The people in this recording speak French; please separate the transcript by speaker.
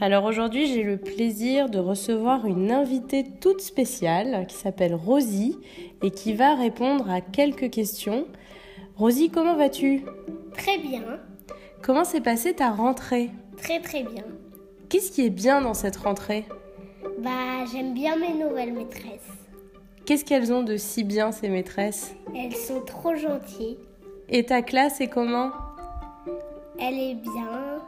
Speaker 1: Alors aujourd'hui, j'ai le plaisir de recevoir une invitée toute spéciale qui s'appelle Rosie et qui va répondre à quelques questions. Rosie, comment vas-tu
Speaker 2: Très bien,
Speaker 1: Comment s'est passée ta rentrée
Speaker 2: très très bien.
Speaker 1: Qu'est-ce qui est bien dans cette rentrée
Speaker 2: Bah, j'aime bien mes nouvelles maîtresses.
Speaker 1: Qu'est-ce qu'elles ont de si bien ces maîtresses
Speaker 2: Elles sont trop gentilles.
Speaker 1: Et ta classe est comment
Speaker 2: Elle est bien.